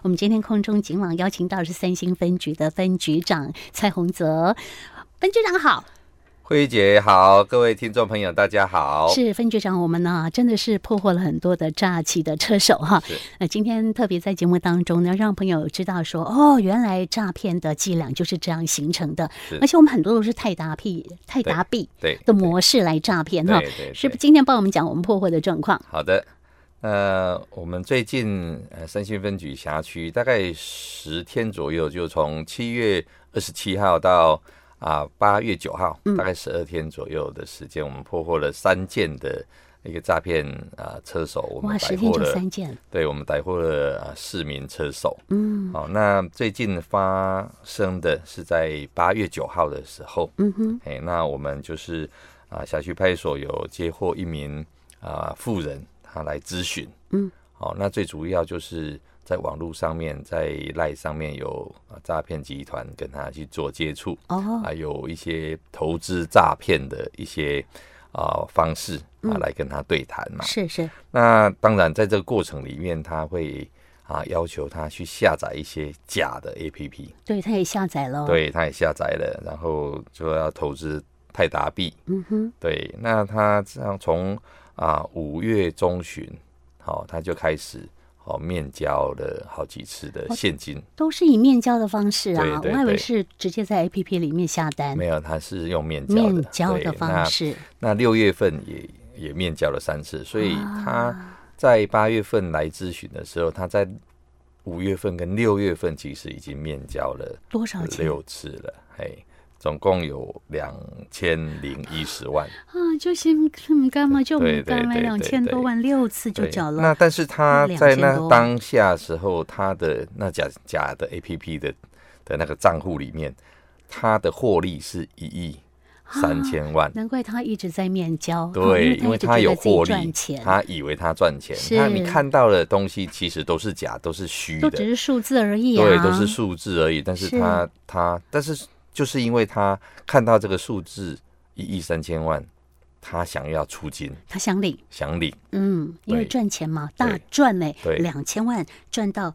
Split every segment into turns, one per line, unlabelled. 我们今天空中警网邀请到是三星分局的分局长蔡洪泽，分局长好。
慧姐好，各位听众朋友，大家好。
是分局长，我们呢真的是破获了很多的诈欺的车手哈
是。
那今天特别在节目当中呢，让朋友知道说，哦，原来诈骗的伎俩就是这样形成的
是，
而且我们很多都是泰达币、泰达币
对
的模式来诈骗哈
对对。对
是不是今天帮我们讲我们破获的状况？
好的，呃，我们最近呃三星分局辖区大概十天左右，就从七月二十七号到啊八、月九号，
嗯
大概十二天左右的时间，我们破获了三件的一个诈骗啊车手，我
哇，
们
十
逮
天
获
就
了，
三件，
对我们逮获了啊四名车手。
嗯
好、那最近发生的是在八月九号的时候，
嗯哼，
哎，那我们就是啊，辖区派出所有接获一名啊妇人，她来咨询，
嗯，
哦，那最主要就是在网络上面，在赖上面有啊诈骗集团跟她去做接触，
哦，
还有一些投资诈骗的一些啊方式
嗯
啊来跟她对谈嘛。
是是，
那当然，在这个过程里面，他会啊要求她去下载一些假的 APP，
对，他也下载了，，哦
对，他也下载了，然后就要投资泰达币。
嗯哼，
对，那他这样从啊五月中旬，好、他就开始好、面交了好几次的现金，
都是以面交的方式啊，
对对
我还以为
对
是直接在 A P P 里面下单，
没有，他是用面交的
面交的
对
方式，
那那六月份也也面交了三次，所以
啊
他在八月份来咨询的时候，他在五月份跟六月份其实已经面交了
多少钱
六次了，嘿。总共有两千零一十万，
啊？就是嗯，干嘛就
对
母干嘛
对对
两千多万六次就
对，
缴
那
了，
但是他
2000
在那
多
当下时候，他的那假假的 A P P 的的那个账户里面，他的获利是一亿三千万。
难怪他一直在面交，啊
对，因
因为
为
他
他
一直觉得
有
自己
获利
赚钱，，
他以为他赚钱，
是
他你看到的东西其实都是假，都是虚
都
的，
只是数字而已啊，
对，都是数字而已。但是
是
他他，但是就是因为他看到这个数字一亿三千万，他想要出金，
他想领，
想领，
嗯，因为
对
赚钱嘛，
对
大赚呢，
对
两千万赚到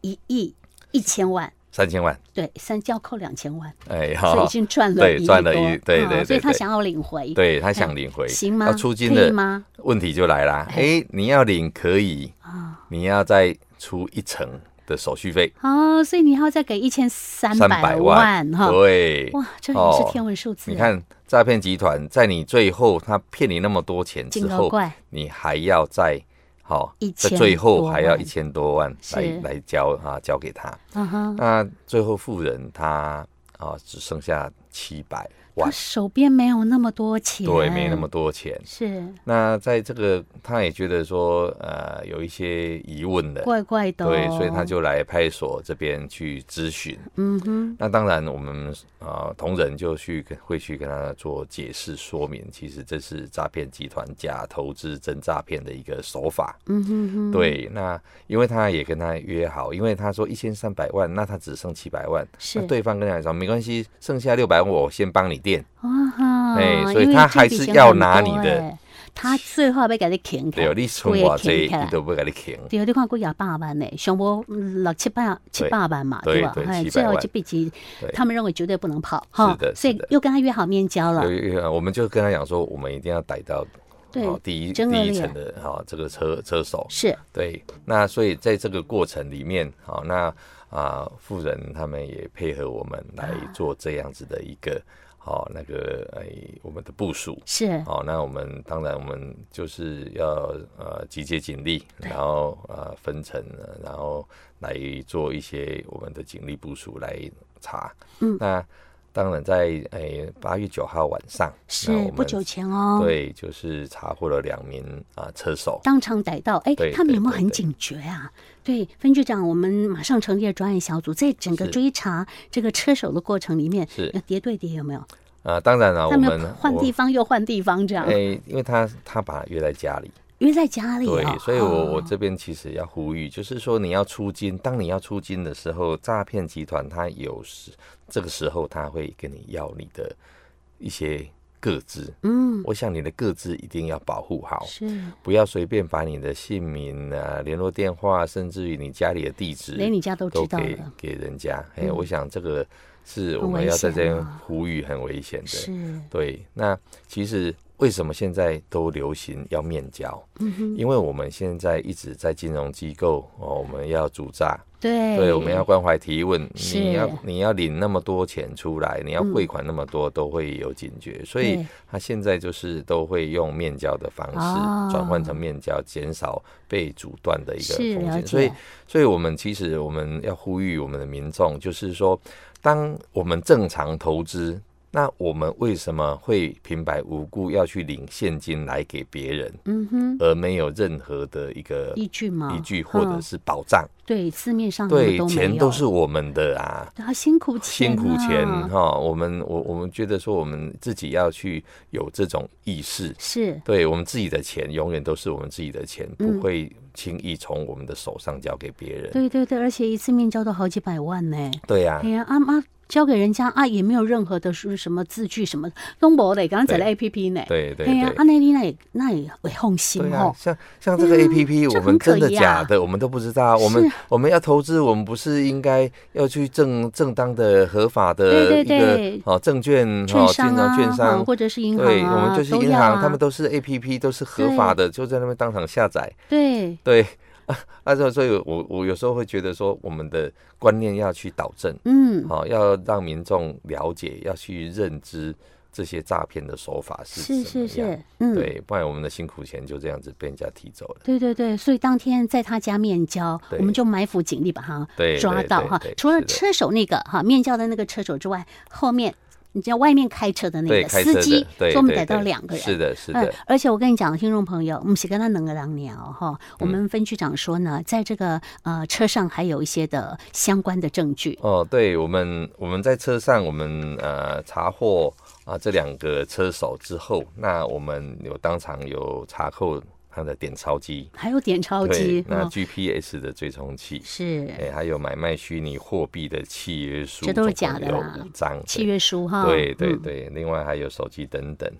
一亿一千万，
三千万，
对，三要扣两千万，所
哎，
以
好
已，经赚了
对
一亿
赚了
多
一对
啊所
对
以
对
他
对
想要领回，
对他想领回，
哎行吗？
要出金
可以
的
吗？
问题就来啦，哎、你要领可以，
啊
你要再出一层的手续费，
哦，所以你还要再给一千三
百
万哈，
对，
哇，这也是
哦
天文数字，
你，看诈骗集团在你最后他骗你那么多钱之
金额
后，
怪
你还要再好，
1000
在最后还要
多万
一千多万来
是
来交啊交给他，
啊哈，
那最后富人他啊只剩下七百
他
万，
手边没有那么多钱，
对，没那么多钱。
是
那在这个，他也觉得说，呃，有一些疑问的，
怪怪的、哦，
对，所以他就来派出所这边去咨询。
嗯哼，
那当然，我们呃同仁就去跟会去跟他做解释说明，其实这是诈骗集团假投资真诈骗的一个手法。
嗯哼哼，
对，那因为他也跟他约好，因为他说一千三百万，那他只剩七百万，
是
那啊对方跟他讲没关系，剩下六百万我先帮你垫。
啊哈，
哎所以
因为
他
这
还
笔
是
钱
要
很
拿
多
你的
哎，他最后要被给你停
对
开
哦，，你存
哎我也
我
停
这，
开来
你都不给你停。
对，你看过廿八万呢，上无六七百七
对
八万嘛，
对
吧？
对
哎
700
最后
万
这笔钱，
对
他们认为绝对不能跑哈
是的，是
所以
的
又跟他约好面交了
有，有有，我们就跟他讲说，我们一定要逮到
对
哦、第一
真恶
第一
劣
层的哈、哦、这个车车手。
是
对，那所以在这个过程里面，好、那啊，富人他们也配合我们来做这样子的一个好、那个哎我们的部署。
是，
好、那我们当然我们就是要呃集结警力，
对
然后呃分成，呃然后来做一些我们的警力部署来查。
嗯
那当然在哎八月九号晚上，
是
那我
不
们
久前哦，
对，就是查获了两名啊、车手。
当场逮到，哎
对，
他们有没有
对
很
对
警觉啊？对，分局长，我们马上成立了专案小组，在整个
是
追查这个车手的过程里面，
是
要叠对叠有没有？
啊，当然了、
他
我
们
们
换
我
地方又换地方这样
哎、，因为他他把他约在家里，
约在家里
对，
哦。
所以我我
哦
这边其实要呼吁，就是说你要出金，当你要出金的时候，诈骗集团他有时这个时候他会跟你要你的一些个资，
嗯，
我想你的个资一定要保护好，
是，
不要随便把你的姓名啊、联络电话，甚至于你家里的地址，
连你家都知
都
道
给
了，嗯
给人家。哎、我想这个是我
很
们
危
要在
险
这边
啊
呼吁，很危险的。
是，
对，那其实为什么现在都流行要面交？嗯、因为我们现在一直在金融机构哦，我们要主诈，
对，
对，我们要关怀提问。
哎是嗯
你要你要领那么多钱出来，你要汇款那么多，都会有警觉。所以
对
他现在就是都会用面交的方
哦
式转换成面交，减少被阻断的一个
是
风
了
险。
解
所以，所以我们其实我们要呼吁我们的民众，就是说，当我们正常投资。那我们为什么会平白无故要去领现金来给别人，
嗯哼，
而没有任何的一个
依据嘛，
呃依据或者
嗯
是保障？
对字面上什么
对，
没
钱都
有
是我们的啊，
啊，辛苦钱、
辛
啊，
苦钱哈。我们我我们觉得说，我们自己要去有这种意识，
是
对我们自己的钱永远都是我们自己的钱，
嗯
不会轻易从我们的手上交给别人。
对对对，而且一次面交都好几百万呢、
对呀、
哎呀，啊啊，交给人家啊，也没有任何的是什么字据什么，东博的刚才的 A P P 呢，
对对
哎呀，啊
对。
那你那也那也会放心
对啊
哦，，
像像这个
对啊
A P P，
这
我
很
们
可
真的
疑啊
假的，我们都不知道。我们我们要投资，我们不是应该要去正正当的、合法的
对对
一个
对
哦证券
券
哦，
商
金融
啊，
券商
哦或者是银行
对，
啊，
我们就是
都
银
要
行，
啊
他们都是 A P P，都是合法的，就在那边当场下载。
对
对 啊，所以所以我我有时候会觉得说，我们的观念要去导正，
嗯。
好、要让民众了解，要去认知这些诈骗的手法
是
是怎么
是
样。
是，嗯，
对，不然我们的辛苦钱就这样子被人家提走了。
对对对，所以当天在他家面交，
对
我们就埋伏警力把他
对
抓
对
到
对
哈
对。
除了
是的
车手那个哈面交的那个车手之外，后面你知道外面开车的那
对，
个
开车
司
的，
机，所
对，
以我们
对
逮到
对
两个人。
是的，是
嗯
的，，
而且我跟你讲，听众朋友，我们是跟他能个当聊哈。我们分局长说
嗯
呢，在这个呃车上还有一些的相关的证据，
哦，对，我们我们在车上，我们呃查获啊、这两个车手之后，那我们有当场有查扣他的点钞机，
还有点钞
对
机，
那
哦
GPS 的追踪器，哎、
是
还有买卖虚拟货币的契约书，
这都是
总
假
共
的
有
啦
五张
契约书哈。
对对
嗯
对，另外还有手机等等。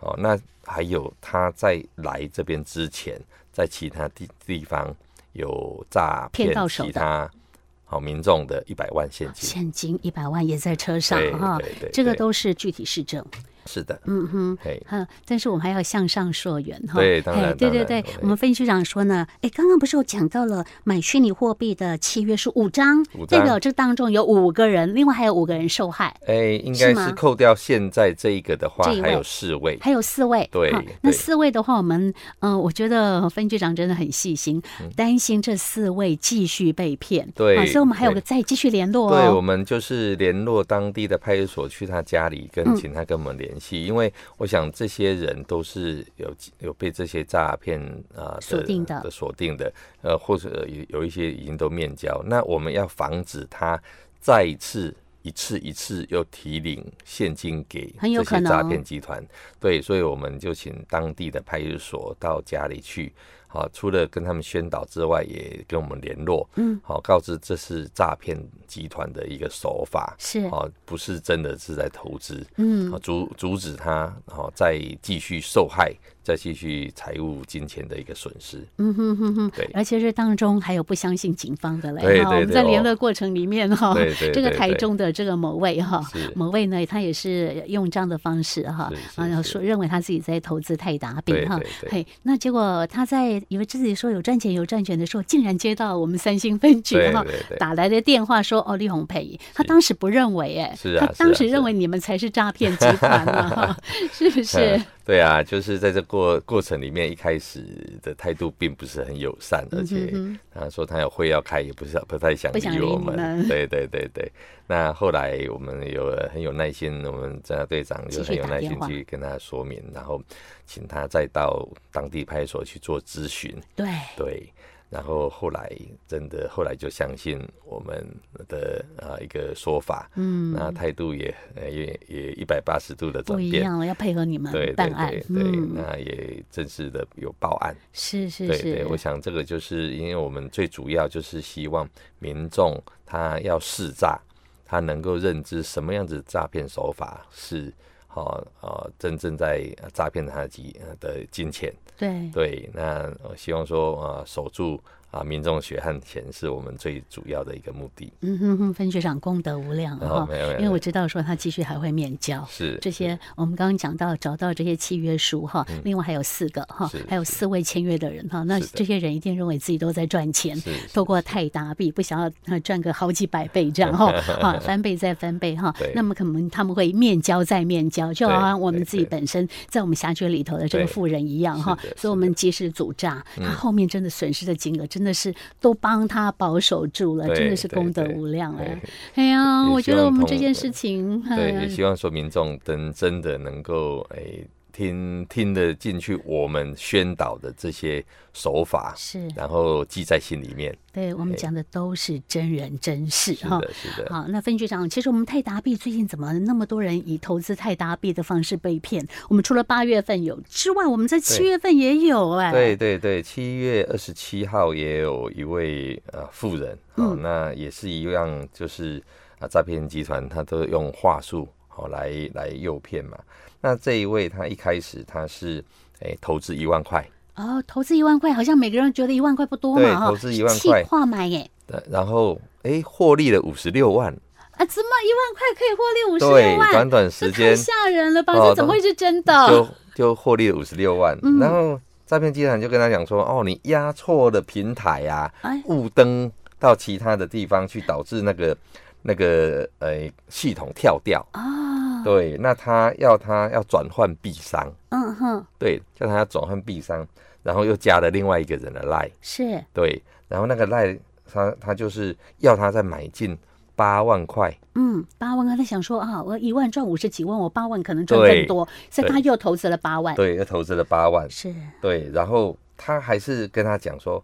哦，那还有他在来这边之前，在其他地地方有诈
骗
骗
到手
其
的啊
他好、民众的一百万现金。
现金一百万也在车上
对
哈
对对，
这个
对
都是具体市政。
是的，嗯哼，嘿，
哈，但是我们还要向上溯源哈。
对当然
哎对对
当
对
然对，
我们分局长说呢，哎，刚刚不是有讲到了买虚拟货币的契约书五张
五，
代
张
表这当中有五个人，另外还有五个人受害，
哎、应该
吗
是扣掉现在这一个的话
这一，
还
位
有四位。
还有四位。
对
哈
对
那四位的话，我们嗯、呃我觉得分局长真的很细心，担心这四位继续被骗。
嗯对
啊所以我们还有
对
个再继续联络
对，我
哦。
们就是联络当地的派出所，去他家里
嗯
跟请他跟我们联系，因为我想这些人都是有有被这些诈骗啊
锁定的
锁定的，呃，或者有有一些已经都面交，那我们要防止他再次。一次一次又提领现金给
很有
这
可
些
能
诈骗集团，对，所以我们就请当地的派出所到家里去，好、除了跟他们宣导之外，也跟我们联络，
嗯，
好、告知这是诈骗集团的一个手法，
是，
好、不是真的是在投资，
嗯
好、，阻阻止他，好、再继续受害，再继续财务金钱的一个损失，
嗯哼哼哼
对，
而且这当中还有不相信警方的嘞。
对
哈
对
我们
对
在
哦
联络过程里面哈，
对对
这个
对
台
对
中的这个某位哈，
是
某位呢，他也是用这样的方式哈
是，是
啊，然后
是
说认为他自己在投资泰达币
对
哈
对，对
嘿，那结果他在以为自己说有赚钱有赚钱的时候，竟然接到我们三星分局
对
哈
对对
打来的电话说哦，李红培，他当时不认为哎
是，啊
他
是啊
当时
是
认
啊
为你们才是诈骗集团呢，哈 是不是
嗯？对啊，就是在这过过程里面，一开始的态度并不是很友
嗯
善，而且他说他有会要开，也不是不太想
不想
理
理
我
你
们。
们
对对对对。那后来我们有很有耐心，我们侦查队长
继
就
续
很有
打
耐心
电话
去跟他说明，然后请他再到当地派出所去做咨询。
对，
对，然后后来真的后来就相信我们的啊、一个说法，嗯，那态度也呃也也一百八十度的转
不一
变。
样了，要配合你们
对对
嗯办案
对，对，
嗯。
那也正式的有报案。
是是
对
是，
对，我想这个就是因为我们最主要就是希望民众他要试诈，他能够认知什么样子诈骗手法是。好呃真正在呃诈骗他的金的金钱。
对，
对，那我希望说啊、呃守住啊、民众血汗钱是我们最主要的一个目的。
嗯哼哼，分局长功德无量啊
然后
哈
没有没有，
因为我知道说他继续还会面交。
是
这
是嗯
些我们刚刚讲到找到这些契约书哈，另外还有四个哈
是，
还有四位签约的人哈，那
是的
这些人一定认为自己都在赚钱，
是是
透过泰达币不想要呃赚个好几百倍这样 哈，啊翻倍再翻倍哈
对，
那么可能他们会面交再面交，就好像
对
我们
对
自己
对
本身在我们辖区里头的这个
对
富人一样哈
是的，嗯
所以我
是
们及时阻诈，他后面真的损失的金额真的是都帮他保守住了，
对
真的是
对
功德
对
无量
对
哎。哎呀，
也
我
希
觉得
望
我们
同
这件事情，哎
对，
呀
也希望说民众真真的能够诶、听听得进去我们宣导的这些手法，
是
然后记在心里面。
对我们
哎
讲的都是真人真事
是
哈。
的，是的，
好，那分局长，其实我们泰达币最近怎么那么多人以投资泰达币的方式被骗？我们除了八月份有之外，我们在七
对
月份也有哎、
对对对，七月二十七号也有一位呃富人，哦，
嗯
那也是一样，就是啊诈骗集团他都用话术好、哦、来来诱骗嘛。那这一位他一开始他是诶、投资一万块，
哦，投资一万块，好像每个人觉得一万块不多
对
嘛哈，
投资一万块
气化买耶。
呃然后诶获利了五十六万，
啊，怎么一万块可以获利五十
对
六，万？
短短时
这太
间
吓人了吧？
哦
这怎么会是真的？
就就获利了五十六万，
嗯
然后诈骗集团就跟他讲说，哦，你压错了平台啊
哎，
误登到其他的地方去，导致那个那个呃系统跳掉。
啊，
对，那他要他要转换币商，
嗯哼，
对，叫他要转换币商，然后又加了另外一个人的赖，
是
对，然后那个赖他他就是要他再买进八万块，
嗯，八万，刚才想说啊，我一万赚五十几万，我八万可能赚更
对
多，所以他
对
又投资了八万。
对，又投资了八万，
是，
对，然后他还是跟他讲说，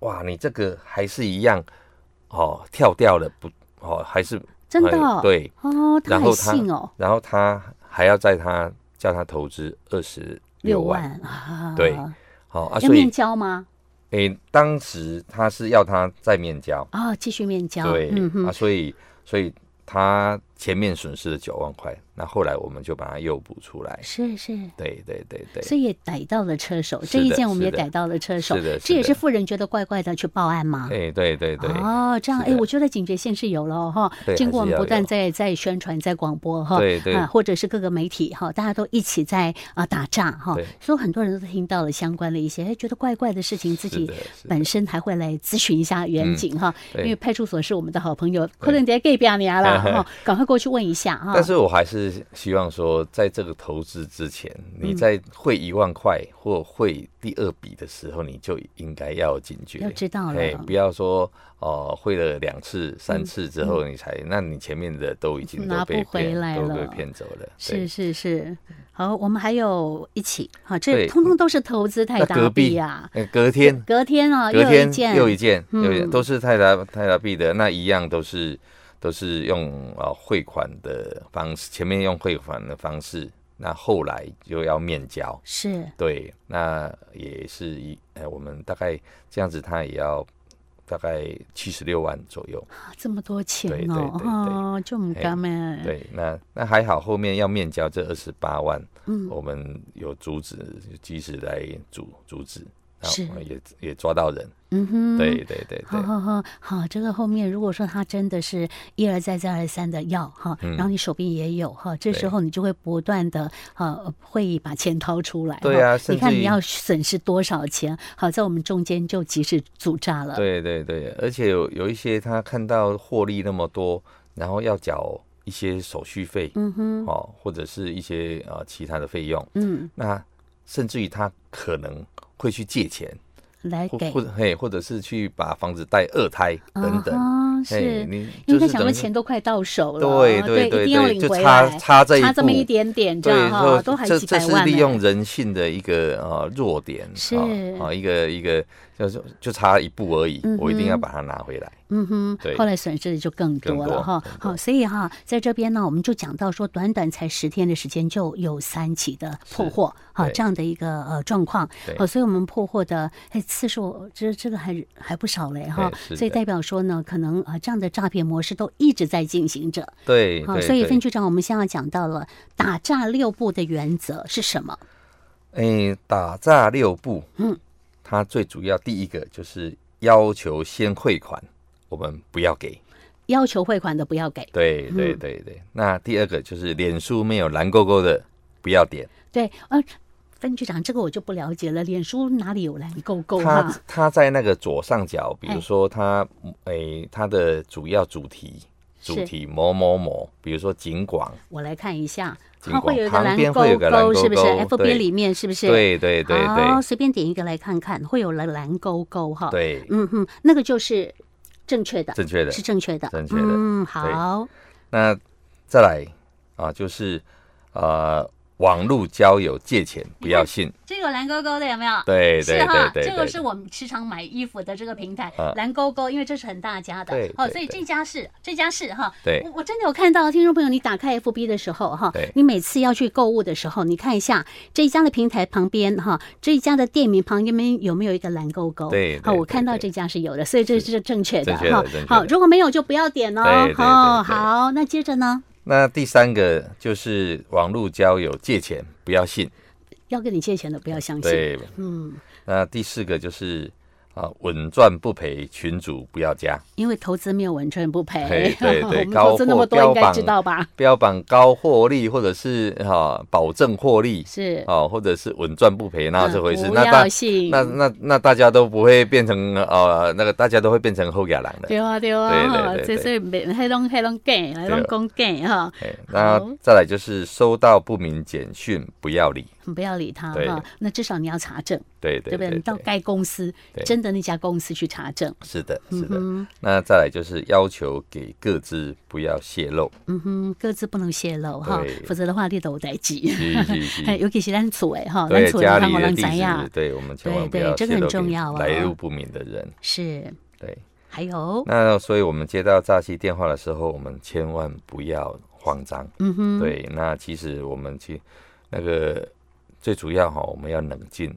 哇，你这个还是一样，哦，跳掉了不，哦，还是
真的哦
哎对，
哦，他
然
还
后他
信哦，
然后他还要在他叫他投资二十
六
六万，
啊，
对好、哦、啊，
要
所以
面交吗？
诶、当时他是要他再面交，
哦，继续面交，
对、
嗯
啊，
哼，
所以所以他前面损失了九万块，那后来我们就把他诱捕出来，
是是。
对对对对，
所以也逮到了车手，
是
这一
的
件我们
是
也
的
逮到了车手
是的，
这也
是
是
的
富人觉得怪怪的去报案吗？
哎、对对对，
哦，这样
是
哎，
的
我觉得警觉性是有了哦哈。
对
经
还
过我
是
们
要
不断
有
在在宣传、在广播哈，
对对
啊，或者是各个媒体哈，大家都一起在啊打诈哈
对，
所以很多人都听到了相关的一些哎觉得怪怪的事情，自
是
己
的，是的，
本身还会来咨询一下远景哈，
嗯对
因为派出所是我们的好朋友，快点别给表你啊 啦哈，赶快过去问一下啊哈
但。是我还是希望说，在这个投资之前，你
嗯
在汇一万块或汇第二笔的时候，你就应该要警觉，
要知道了
哎不要说哦，汇了两次、三次之后，你才，那你前面的都已
嗯
经
拿
都被
不回
骗
来
都被
了
骗走了。
是
对，
是是，好，我们还有一起好，这
对
通通都是投资泰
那
达
隔壁
币啊，
哎隔天，
隔天啊
隔
又有一
天
件，
又一件，又一
嗯
件，都是泰达泰达币的，那一样都是都是用啊汇款的方式，前面用汇款的方式，那后来就要面交。
是
对，那也是一呃，我们大概这样子，它也要大概七十六万左右。
啊这么多
对
钱
对
哦
对，对
哦，就唔
哎
甘哎，
对，那那还好，后面要面交这二十八万，
嗯
我们有阻止，及时来阻阻止，然
是
后我们也也抓到人。
嗯哼，
对对对
好
对，
好好，好，这个后面如果说他真的是一而再再而三的要哈，然后你手边也有哈，这时
嗯对
候你就会不断的呃会把钱掏出来，
对啊
哈你
甚
看
至
你
于
要损失多少钱，好在我们中间就及时阻诈了，
对对对，而且有有一些他看到获利那么多，然后要缴一些手续费，
嗯哼，
哦，或者是一些呃其他的费用，
嗯，
那甚至于他可能会去借钱。
来哎
或
给
或者嘿，或者是去把房子贷二胎等等，
啊哈
嘿，
是。
你
因为
就
他
是
想
等
说
于
钱都快到手了，哦
对
对
对
一定要
对，
领
就
回
差
来，
差这一
差这么一
步
点点这样
对，
哈，
说
都还
这
几
这
百
是
万
利
呢
哦用人性的一个呃弱点，
是
啊、哦一个一个就是就差一步而已，我一定要把它拿回来。
嗯哼，
对
后来损失的就更多了哈
更多。
好，所以哈，在这边呢，我们就讲到说，短短才十天的时间就有三起的破获哈，
对
这样的一个呃状况。
对
好，所以我们破获的哎次数，这这个还还不少嘞哈
对是。的
所以代表说呢，可能啊、呃这样的诈骗模式都一直在进行着。
对
好，
对
所以
对
分局长，我们现在讲到了打诈六步的原则是什么？
诶，哎打诈六步，
嗯，
它最主要第一个就是要求先汇款，我们不要给。
要求汇款的不要给。
对对
嗯
对对，那第二个就是脸书没有蓝勾勾的，不要点。
对，呃，分局长，这个我就不了解了，脸书哪里有蓝勾勾
它
哦哈？
它在那个左上角，比
哎
如说它诶，它的主要主题
是
主题某某某，比如说景广，
我来看一下，
尽
它会
管
有一个
旁
蓝
边
勾
会有个蓝
勾，是不是
勾勾对
？FB 里面是不是？，哦
对对对
好，
对
随便点一个来看看，会有蓝蓝勾勾哈。，
对，
嗯哼，那个就是正确的，
正确的
是。正确的，
正确的
嗯，好，
那再来啊，就是呃，网络交友借钱不要信。
这有蓝勾勾的有没有？
对对
哎是哈
对，对，
这个
对
是我们时常买衣服的这个平台
啊，
蓝勾勾，因为这是很大家的
对
哦，
对
所以
对
这家是这家是哈。
对
我我真的有看到听众朋友，你打开 FB 的时候哈
对，
你每次要去购物的时候，你看一下这一家的平台旁边哈，这一家的店名旁边有没有一个蓝勾勾？
对对
好，我
对
看到
对
这家是有的，所以这是正确的
正确的
哈
正确。的
好，如果没有就不要点哦
对对。对
哦，
对
好，那接着呢，
那第三个就是网络交友借钱不要信，
要跟你借钱的不要相信。
对。
嗯，
那第四个就是啊，稳赚不赔，群主不要加，
因为投资没有稳赚不赔
对，对
我
对
们
高
投资那么
获
多，应
标
该
榜
知道吧？
标榜高获利或者是哈、啊、保证获利
是。
哦、或者是稳赚不赔，啊那这回事？
嗯不
那大
要信，
那那那大家都不会变成呃那个，大家都会变成后亚郎的。
对啊对啊，
对对
哈
对
这
啊对
所以免迄拢迄拢假，迄拢讲假哈，
哎，那
好
再来就是收到不明简讯不要理，
不要理他
对
哈。那至少你要查证，
对
对不
对
对？
对
你到
对，
该公司
对
真的那家公司去查证。
是的，是的。
嗯
那再来就是要求给各自不要 泄露，
嗯哼，各自不能泄露哈
对，
否则的话你都有代 志。
是是是
嘿尤其是咱厝诶哈，咱
对
厝
家
诶让
里
我
的
人
地
知
址
影，
对我们千万不
对对
要
这
泄
个很
露
重要啊
给来路不明的人。
是
对，
还有
那所以我们接到诈欺电话的时候，我们千万不要慌张。
嗯哼，
对，那其实我们去那个最主要哈，我们要冷静，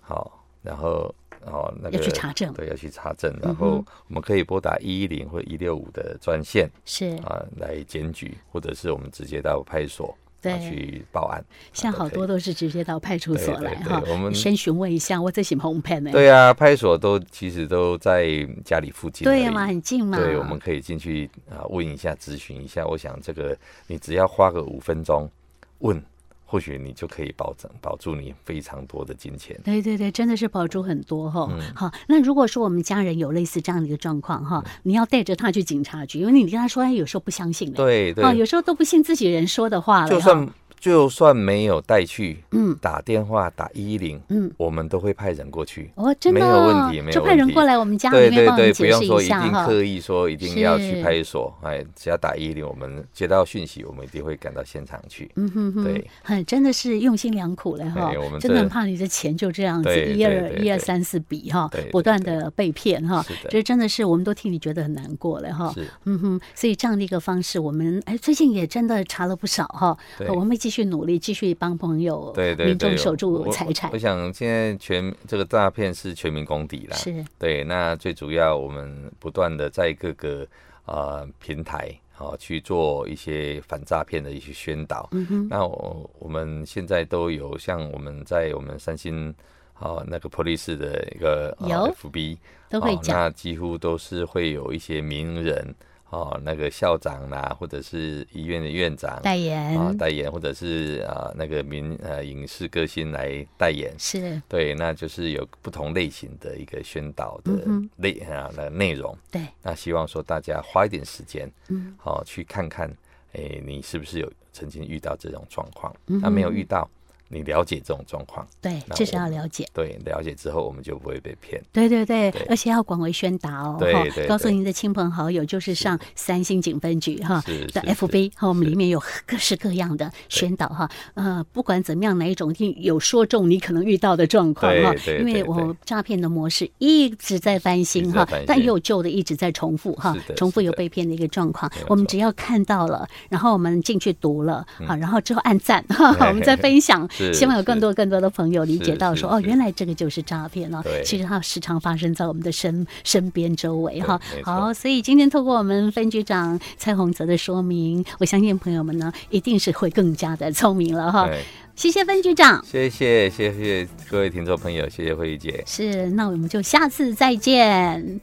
好，然后哦那个
要去查证嗯
对，要去查证，然后我们可以拨打一一零或一六五的专线
是
啊来检举，或者是我们直接到派出所。
对
啊去报案，
像
啊
好多。
都可以
都是直接到派出所来
对对对
哈
我，们
先询问一下我最喜欢烘焙呢，
对啊，派出所都其实都在家里附近而已。
对嘛，很近嘛，
对，我们可以进去啊，问一下，咨询一下。我想这个你只要花个五分钟问，或许你就可以保证保住你非常多的金钱。
对对对，真的是保住很多哈、
嗯
好，那如果说我们家人有类似这样的一个状况
嗯
哈，你要带着他去警察局，因为你跟他说，哎，有时候不相信的，
对
啊，
对，
有时候都不信自己人说的话了哈，
就算就算没有带去，
嗯，
打电话打一一零，
嗯，
我们都会派人过去。
哦，真的
没有
哦
问题没有
就派
问
人
题
过来我们家
对
里面
对
帮我
对，
们
不
解
用
释
说
一
一
下
定
哈。
刻意说一定要
是
去派出所，哎，只要打一一零，我们接到讯息，我们一定会赶到现场去。
嗯哼哼，
对，
很真的是用心良苦了哈
哎我们，
真的
这
很怕你的钱就这样子
对
一二
对对
一二
对
三四笔哈
对，对
不断的被骗哈
是，的
这真的是我们都替你觉得很难过了哈。
是，
嗯哼，所以这样的一个方式，我们哎最近也真的查了不少哈，
对
呃我们会继续努力，继续帮朋友
对对
民
对，
众守
我
住
我
财产
我。想现在全这个诈骗是全民公敌啦，
是
对，那最主要我们不断的在各个呃平台啊去做一些反诈骗的一些宣导。嗯哼，那我我们现在都有像我们在我们三星啊那个 police 的一个、啊
有
FB
都会讲
哦，那几乎都是会有一些名人哦，那个校长啦，或者是医院的院长。
代言、
啊，代言或者是啊、那个名呃影视歌星来代言，
是
对，那就是有不同类型的一个宣导的
嗯
类、啊那内容。
对
那希望说大家花一点时间，
嗯，
好、哎
嗯
去看看，诶，你是不是有曾经遇到这种状况？那没有遇到，你了解这种状况，
对，
那
这是
我
要
们
了解。
对，了解之后我们就不会被骗。
对对对，
对
而且要广为宣达哦，
对
哈
对
告诉
对
您的亲朋好友，就是上三星警分局哈
是
的
是
FB 哈，我们
是
里面有各式各样的宣导哈，呃，不管怎么样，哪一种一定有说中你可能遇到的状况
对
哈，
对
因为
对
我
对
诈骗的模式一直在翻
一
新
直在
哈
翻，
但也
新
有旧的一直在重复哈
是，的
重复
是
有
的
被骗的一个状况
没有，
我们
错嗯
只要看到了，然后我们进去读了，好，然后之后按赞，哈，我们再分享，
是
希望有更
是
多更多的朋友理解
是
到
是
说哦，
是
原来这个就是诈骗哦
对，
其实它时常发生在我们的身身边周围哈。
没错
好，所以今天透过我们分局长蔡洪泽的说明，我相信朋友们呢一定是会更加的聪明了哈。
对，
谢谢分局长，
谢谢谢谢各位听众朋友，谢谢慧怡姐。
是，那我们就下次再见。